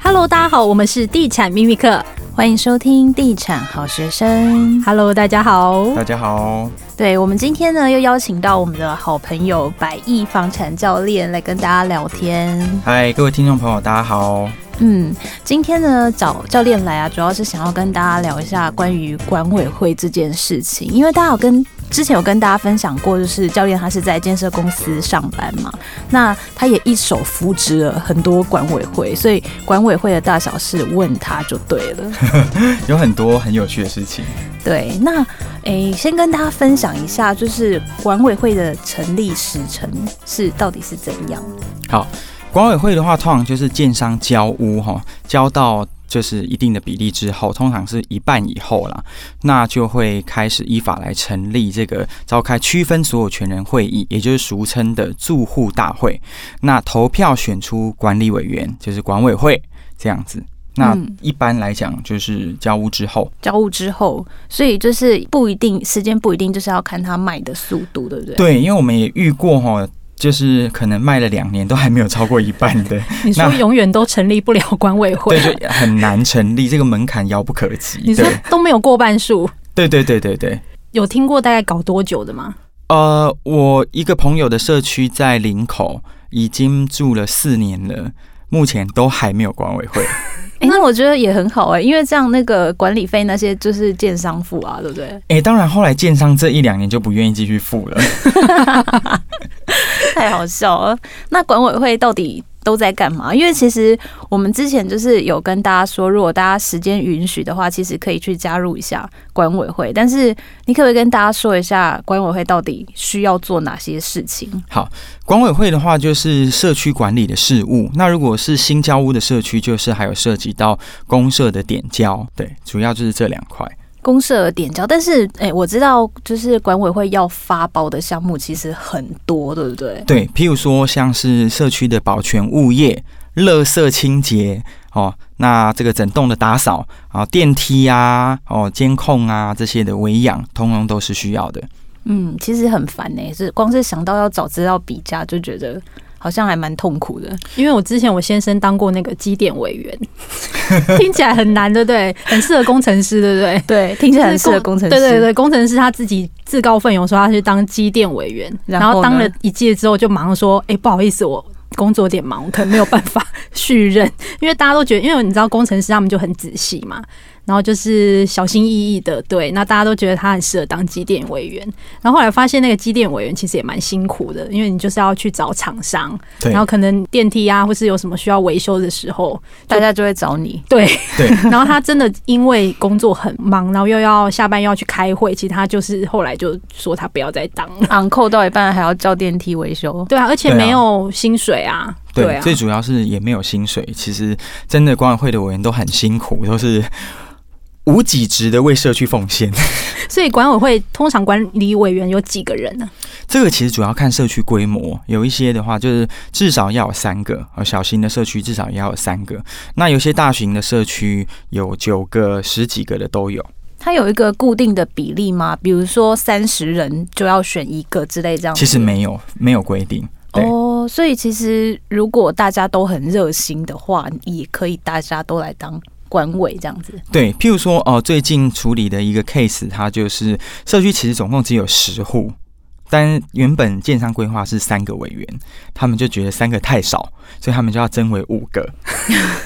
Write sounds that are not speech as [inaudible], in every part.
Hello，大家好，我们是地产秘密课。欢迎收听《地产好学生》。 Hello，大家好。大家好，对我们今天呢，又邀请到我们的好朋友百亿房产教练来跟大家聊天。嗨，各位听众朋友，大家好。嗯，今天呢找教练来啊，主要是想要跟大家聊一下关于管委会这件事情，因为大家有跟之前有跟大家分享过，就是教练他是在建设公司上班嘛，那他也一手扶植了很多管委会，所以管委会的大小事问他就对了。有很多很有趣的事情。对，那诶、先跟大家分享一下，就是管委会的成立时程是到底是怎样？管委会的话，通常就是建商交屋哈，交到就是一定的比例之后，通常是一半以后啦，那就会开始依法来成立这个召开区分所有权人会议，也就是俗称的住户大会。那投票选出管理委员，就是管委会这样子。那嗯一般来讲，就是交屋之后，交屋之后，所以就是不一定时间不一定，就是要看他卖的速度，对不对？对，因为我们也遇过哈，就是可能卖了两年都还没有超过一半 [laughs] 的，你说那永远都成立不了管委会，对，就很难成立，这个门槛遥不可你及。说对，都没有过半数，对，对，对，对，对。有听过大概搞多久的吗？呃，我一个朋友的社区在林口，已经住了四年了，目前都还没有管委 [laughs] 会。诶那我觉得也很好哎、因为这样那个管理费那些就是建商付啊，对不对？哎、当然后来建商这一两年就不愿意继续付 [laughs] 了。太好笑了。那管委会到底都在干嘛？因为其实我们之前就是有跟大家说，如果大家时间允许的话，其实可以去加入一下管委会。但是你可不可以跟大家说一下，管委会到底需要做哪些事情？管委会的话，就是社区管理的事务。那如果是新交屋的社区，就是还有涉及到公社的点交，对，主要就是这两块。公社点交，但是诶、我知道就是管委会要发包的项目其实很多，对不对？对，譬如说像是社区的保全物业、垃圾清洁哦，那这个整栋的打扫啊、哦电梯啊、哦监控啊这些的维养，通通都是需要的。嗯，其实很烦呢、是光是想到要找资料比价，就觉得好像还蛮痛苦的。因为我之前我先生当过那个机电委员， [laughs] 听起来很难，对不对？很适合工程师，对不对？对，听起来很适合工程师。对对对，工程师他自己自告奋勇说他去当机电委员，然然后后当呢了一届之后就马上说：“哎、不好意思，我工作有点忙，我可能没有办法续任。” [laughs] 因为大家都觉得，因为你知道工程师他们就很仔细嘛，然后就是小心翼翼的，对，那大家都觉得他很适合当机电委员。然后后来发现那个机电委员其实也蛮辛苦的，因为你就是要去找厂商，对然后可能电梯啊，或是有什么需要维修的时候，大家就会找你。对对， [laughs] 然后他真的因为工作很忙，然后又要下班又要去开会，其实他就是后来就说他不要再 [laughs] 当了。昂扣到一半还要叫电梯维修，对啊，而且对啊没有薪水啊，对，啊，最主要是也没有薪水。其实真的管委会的委员都很辛苦，都是无给职的为社区奉献。所以管委会通常管理委员有几个人呢、 [laughs] 这个其实主要看社区规模，有一些的话就是至少要有三个，而小型的社区至少也要有三个。那有些大型的社区有九个、十几个的都有。它有一个固定的比例吗？比如说三十人就要选一个之类这样子？其实没有，没有规定。对哦，所以其实如果大家都很热心的话，也可以大家都来当管委这样子。对，譬如说，呃，最近处理的一个 case，它就是社区其实总共只有十户，但原本建商规划是三个委员，他们就觉得三个太少，所以他们就要增为五个。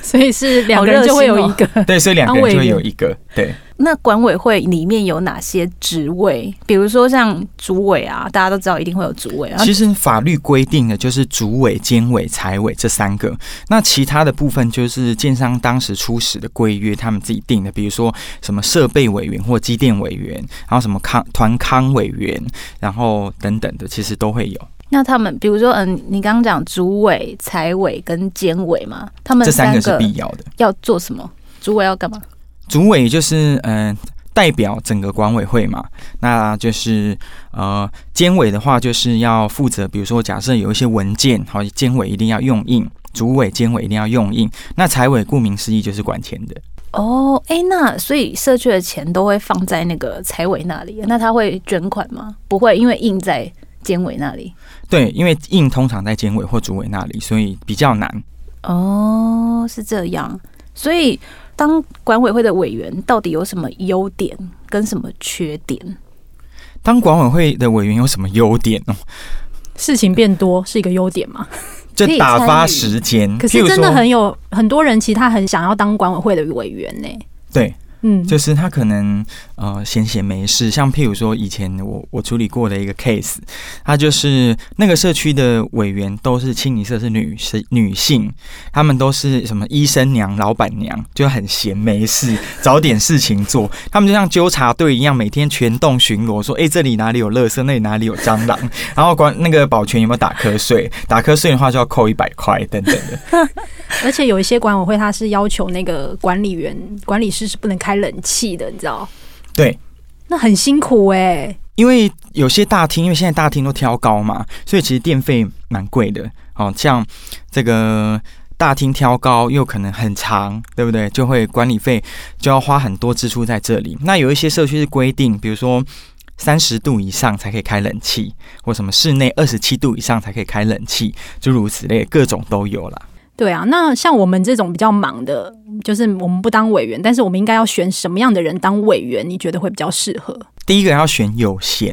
所以是两个人就会有一个。对，所以两个当委人就会员有一个。对，那管委会里面有哪些职位？比如说像主委啊，大家都知道一定会有主委啊。其实法律规定的就是主委、监委、财委这三个，那其他的部分就是建商当时初始的规约，他们自己定的，比如说什么设备委员或机电委员，然后什么康团康委员，然后等等的，其实都会有。那他们，比如说，嗯，你刚刚讲主委、财委跟监委嘛，他们这三三个是必要的。要做什么？主委要干嘛？主委就是嗯、呃代表整个管委会嘛，那就是呃监委的话就是要负责，比如说假设有一些文件，好监委一定要用印，主委监委一定要用印，那财委顾名思义就是管钱的。哦，哎，那所以社区的钱都会放在那个财委那里，那他会捐款吗？不会，因为印在监委那里。对，因为印通常在监委或主委那里，所以比较难。哦，是这样。所以，当管委会的委员到底有什么优点跟什么缺点？ [laughs] 当管委会的委员有什么优点哦？ [laughs] 事情变多是一个优点嘛？就可以打参发与时间，可嗯譬是如真的说很有很多人，其实他很想要当管委会的委员呢、对，嗯，就是他可能呃闲闲没事，像譬如说以前我我处理过的一个 case，他就是那个社区的委员都是清一色是女是女性，他们都是什么医生娘、老板娘，就很闲没事，找点事情做。 [laughs] 他们就像纠察队一样，每天全栋巡逻，说哎、诶这里哪里有垃圾，那里哪里有蟑螂，然后管那个保全有没有打瞌睡，打瞌睡的话就要扣一百块等等的。而且有一些管委会，他是要求那个管理员、管理师是不能开冷气的，你知道？对，那很辛苦哎、因为有些大厅，因为现在大厅都挑高嘛，所以其实电费蛮贵的。哦，像这个大厅挑高又可能很长，对不对？就会管理费就要花很多支出在这里。那有一些社区是规定，比如说三十度以上才可以开冷气，或什么室内二十七度以上才可以开冷气，诸如此类，各种都有啦。对啊，那像我们这种比较忙的，就是我们不当委员，但是我们应该要选什么样的人当委员？你觉得会比较适合？第一个要选有闲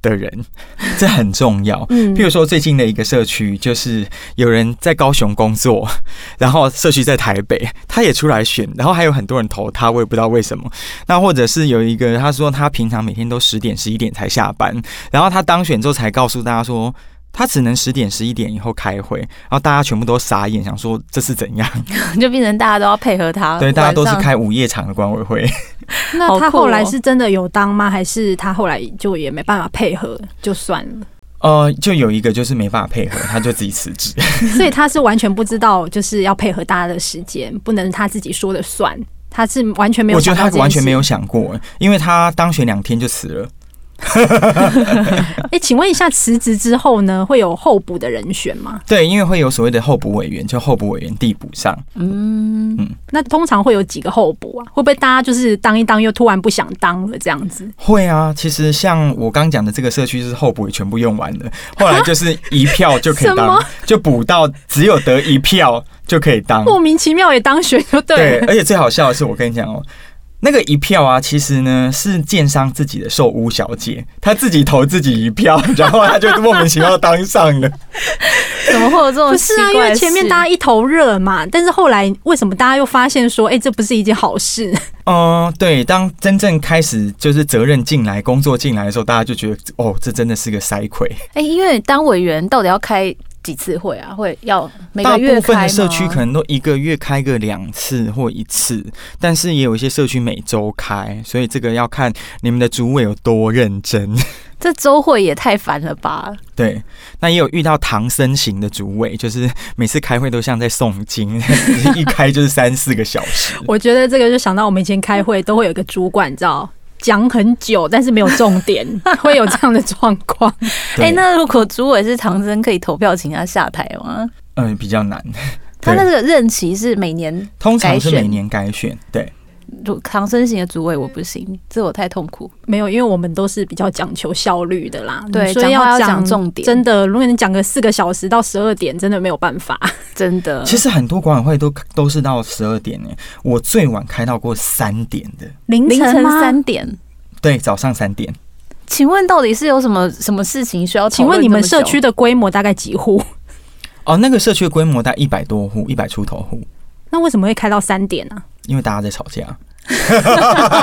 的人，这很重要。嗯譬如说，最近的一个社区，就是有人在高雄工作，然后社区在台北，他也出来选，然后还有很多人投他，我也不知道为什么。那或者是有一个，他说他平常每天都十点十一点才下班，然后他当选之后才告诉大家说。他只能十点十一点以后开会，然后大家全部都傻眼，想说这是怎样？就变成大家都要配合他。对，大家都是啊晚上开午夜场的管委会。 [laughs] 那好他酷后来哦是真的有当吗？还是他后来就也没办法配合，就算了？呃，就有一个就是没办法配合，他就自己辞职。所以他是完全不知道，就是要配合大家的时间，不能他自己说了算。他是完全没有，我觉得他完全没有。想过，因为他当选两天就辞了。哎、请问一下，辞职之后呢，会有候补的人选吗？对，因为会有所谓的候补委员，就候补委员递补上。嗯，那通常会有几个候补啊？会不会大家就是当一当又突然不想当了这样子？会啊，其实像我刚讲的这个社区是候补也全部用完了，后来就是一票就可以什当么，就补到只有得一票就可以 [laughs] 当。莫名其妙也当选就对了。而且最好笑的是，我跟你讲哦。那个一票啊，其实呢是建商自己的售屋小姐，她自己投自己一票，然后她就莫名其妙当上 [laughs] 了。怎么会有这种 [laughs] 不是啊，哦奇因怪为的事前面大家一头热嘛，但是后来为什么大家又发现说，哎、这不是一件好事？ [laughs] 嗯，对，当真正开始就是责任进来、工作进来的时候，大家就觉得哦，这真的是个塞葵。哎、因为当委员到底要开几次会啊？会要每大个月部分开的吗？社区可能都一个月开个两次或一次，但是也有一些社区每周开，所以这个要看你们的主委有多认真。 [laughs] 这周会也太烦了吧？对，那也有遇到唐僧型的主委，就是每次开会都像在诵经， [laughs] 一开就是三四个小时。我觉得这个就想到我们以前开会都会有一个主管，你知道。讲很久，但是没有重点， [laughs] 会有这样的状况。哎、对，那如果主委是唐僧，可以投票请他下台吗？嗯、比较难。他那对，个任期是每年，通常是改选每年改选。对，如唐僧型的主委我不行，这我太痛苦。没有，因为我们都是比较讲求效率的啦，嗯对所以讲话要讲讲重点真的，如果你讲个四个小时到十二点，真的没有办法。真的，其实很多管委会都都是到十二点呢、我最晚开到过三点的。凌凌晨吗？三点，对，早上三点。请问到底是有什么什么事情需要？请问你们社区？的规模大概几户？ [laughs] 哦，那个社区的规模大概一百多户，一百出头户，那为什么会开到三点啊呢、因为大家在吵架。 [laughs]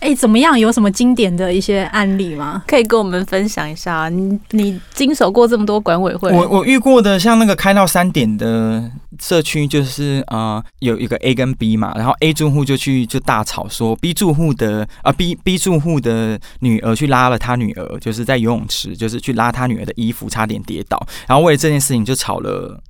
哎、怎么样？有什么经典的一些案例吗？可以跟我们分享一下，啊你你经手过这么多管委会，我我遇过的像那个开到三点的社区，就是呃有一个 A 跟 B 嘛，然后 A 住户就去就大吵说 B 住户的啊、B B 住户的女儿去拉了他女儿，就是在游泳池，就是去拉他女儿的衣服，差点跌倒，然后为了这件事情就吵了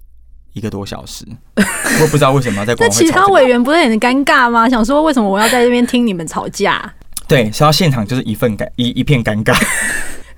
一个多小 [laughs] 时，我也不知道为什么要在那哦管委会吵、其这他个委员不是很尴尬吗？想说为什么我要在这边听你们吵架？对，所以到现场就是一份尴一一片 [laughs] 尴尬。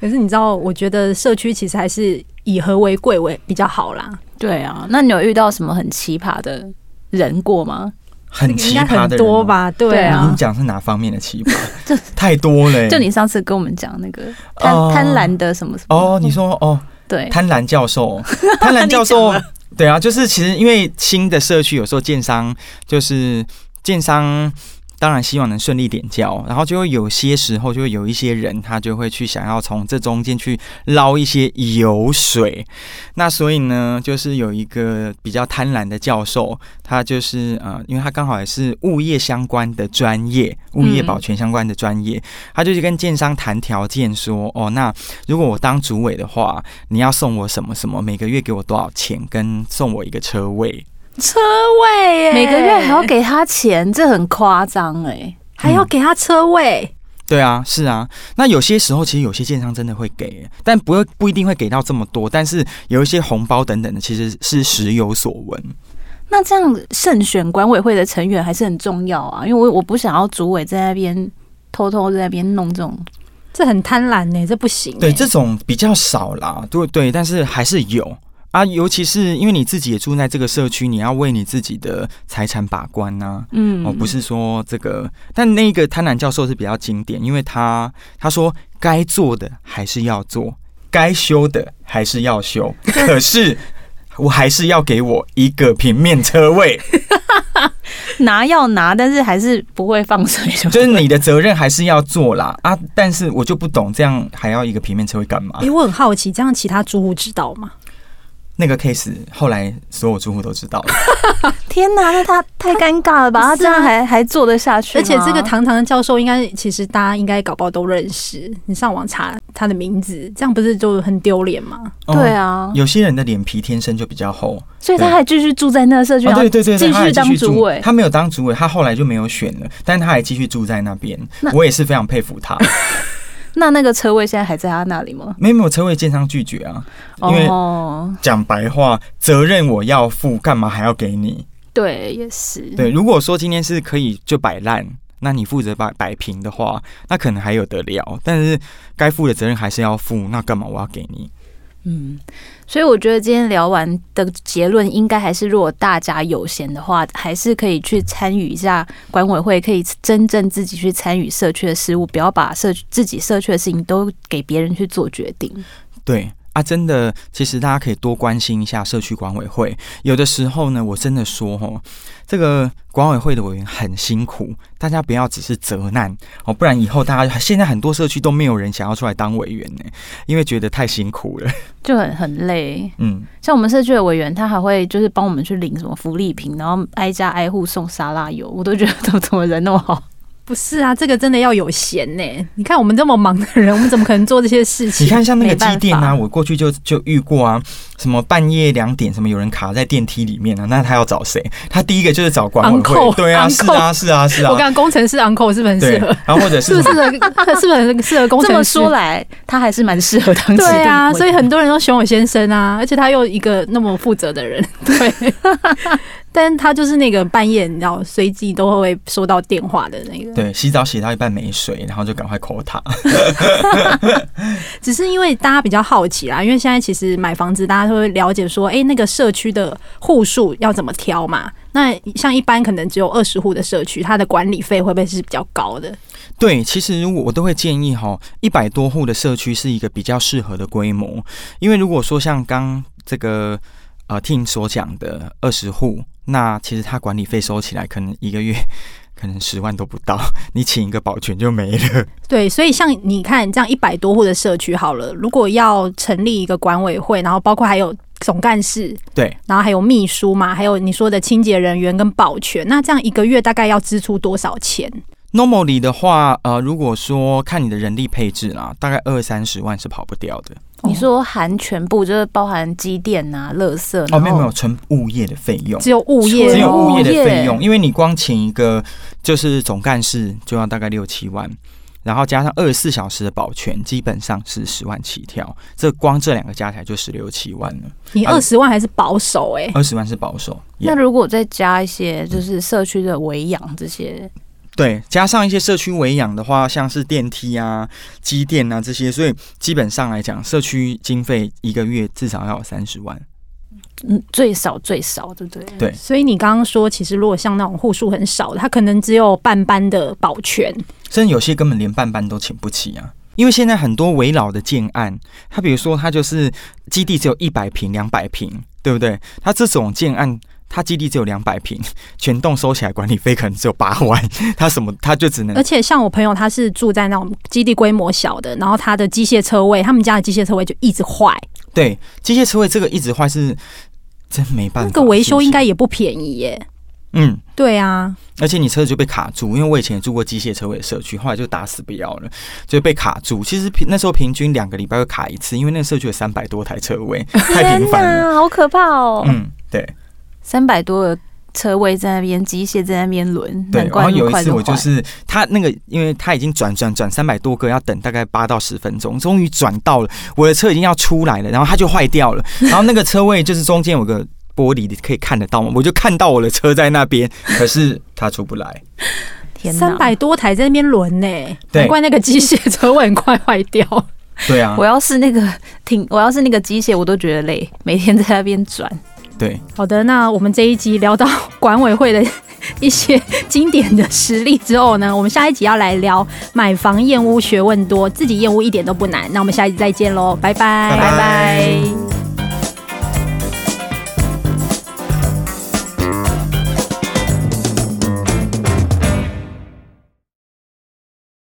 可是你知道，我觉得社区其实还是以和为贵为比较好啦。对啊，那你有遇到什么很奇葩的人过吗？很应奇该葩很的人哦多？吧？对对啊你，讲是哪方面的奇 [laughs] 葩？太多了欸、就你上次跟我们讲那个贪哦贪婪的什么什么哦，你说哦，对， [laughs] 贪婪教授，贪婪教授你讲对啊，就是其实因为新的社区有时候建商就是建商。当然希望能顺利点交，然后就会有些时候就会有一些人，他就会去想要从这中间去捞一些油水。那所以呢，就是有一个比较贪婪的教授，他就是呃，因为他刚好也是物业相关的专业，物业保全相关的专业，他就去跟建商谈条件说，哦，那如果我当主委的话，你要送我什么什么，每个月给我多少钱，跟送我一个车位。车位耶，每个月还要给他钱，这很夸张哎。还要给他车位，对啊，是啊。那有些时候，其实有些建商真的会给，但不会不一定会给到这么多。但是有一些红包等等的，其实是时有所闻。那这样慎选管委会的成员还是很重要啊，因为我我不想要主委在那边偷偷在那边弄这种。这很贪婪呢，这不行耶。对，这种比较少啦，对对，但是还是有啊。尤其是因为你自己也住在这个社区，你要为你自己的财产把关呐、嗯哦，不是说这个，但那个贪婪教授是比较经典，因为他他说该做的还是要做，该修的还是 [laughs] 要修，可是我还是要给我一个平面车位， [laughs] 拿要拿，但是还是不会放水，就是你的责任还是要做啦啊！但是我就不懂，这样还要一个平面车位干嘛哎、？我很好奇，这样其他住户知道吗？那个 case 后来所有住户都知道了， [laughs] 天哪，那他太尴尬了吧？他是这啊样还还做得下去吗？而且这个堂堂的教授，应该其实大家应该搞不好都认识。你上网查他的名字，这样不是就很丢脸吗？ [laughs] 对哦啊，有些人的脸皮天生就比较厚，所以他还继续住在那个社区，啊、然后对对对，继对他还续当主委。他没有当主委，他后来就没有选了，但他还继续住在那边那。我也是非常佩服 [laughs] 他，那那个车位现在还在他那里吗？没有没有车位建商拒绝啊，因为哦，讲白话，责任我要负，干嘛还要给你？对，也是。对，如果说今天是可以就摆烂，那你负责摆摆平的话，那可能还有得聊，但是该负的责任还是要负，那干嘛我要给你？嗯，所以我觉得今天聊完的结论应该还是，如果大家有闲的话，还是可以去参与一下管委会，可以真正自己去参与社区的事务，不要把社区自己社区的事情都给别人去做决定。对啊，真的，其实大家可以多关心一下社区管委会。有的时候呢，我真的说哦，这个管委会的委员很辛苦，大家不要只是责难哦，不然以后大家现在很多社区都没有人想要出来当委员呢，因为觉得太辛苦了。就很很累，嗯，像我们社区的委员，他还会就是帮我们去领什么福利品，然后挨家挨户送沙拉油，我都觉得怎么怎么人那么好。不是啊，这个真的要有闲呢、你看我们这么忙的人，我们怎么可能做这些事情？你看像那个机电没办啊，法我过去就就遇过啊，什么半夜两点，什么有人卡在电梯里面啊，那他要找谁？他第一个就是找管委会， Uncle，对啊，是 Uncle 啊，是啊，是啊我，刚工程师 uncle 是不是很对适合？，然后或者是是不什是么？很是不是很适合工程这师？么说来，他还是蛮适合当指定 [laughs] 对啊，委员所以很多人都选我先生啊，而且他又一个那么负责的 [laughs] 人，对，但他就是那个半夜，你知道，随即都会收到电话的那个。对，洗澡洗到一半没水，然后就赶快扣他。只是因为大家比较好奇啦，因为现在其实买房子，大家都会了解说，哎、那个社区的户数要怎么挑嘛。那像一般可能只有二十户的社区，它的管理费会不会是比较高的？对，其实如果我都会建议哈，一百多户的社区是一个比较适合的规模，因为如果说像刚这个呃听所讲的二十户，那其实它管理费收起来可能一个月。可能十万都不到，你请一个保全就没了。对，所以像你看这样一百多户的社区好了，如果要成立一个管委会，然后包括还有总干事，对，然后还有秘书嘛，还有你说的清洁人员跟保全，那这样一个月大概要支出多少钱？ normally 的话，呃，如果说看你的人力配置啦，大概二三十万是跑不掉的。你说含全部，就是包含机电啊、垃圾哦，然没有后没有，纯物业的费用，只有物业，哦只有物业的物业费用，因为你光请一个就是总干事就要大概六七万，然后加上二十四小时的保全，基本上是十万起跳。这光这两个加起来就十六七万了，你二十万还是保守哎、二十万是保守。那如果再加一些，就是社区的维养这些，对，加上一些社区维养的话，像是电梯啊、机电啊这些，所以基本上来讲，社区经费一个月至少要有三十万。嗯，最少最少，对不对？对所以你刚刚说，其实如果像那种户数很少的，他可能只有半班的保全，嗯甚至有些根本连半班都请不起啊！因为现在很多围老的建案，它比如说它就是基地只有一百平、两百平，对不对？它这种建案，它基地只有两百平，全栋收起来管理费可能只有八万，它什么它就只能而且像我朋友，他是住在那种基地规模小的，然后他的机械车位，他们家的机械车位就一直坏，对机械车位这个一直坏是真没办法。那个维修应该是也不便宜耶。不是嗯，对啊，而且你车子就被卡住，因为我以前也住过机械车位的社区，后来就打死不要了，就被卡住。其实平那时候平均两个礼拜会卡一次，因为那个社区有三百多台车位， [laughs] 太频繁了。哪，好可怕哦！嗯，对三百多个车位在那边，机械在那边轮，对。难然怪后那有么一快次就我就坏。是他那个，因为他已经转转转三百多个，要等大概八到十分钟，终于转到了，我的车已经要出来了，然后它就坏 [laughs] 掉了，然后那个车位就是中间有个。玻璃可以看得到吗？我就看到我的车在那边，可是它出不来。天哪三百多台在那边轮呢，对难怪那个机械车位很快坏掉。对啊我，要是那个停，我要是那个机械，我都觉得累，每天在那边转。对，好的，那我们这一集聊到 [laughs] 管委会的一些经典的实例之后呢，我们下一集要来聊买房验屋学问多，自己验屋一点都不难。那我们下一集再见喽，拜拜拜拜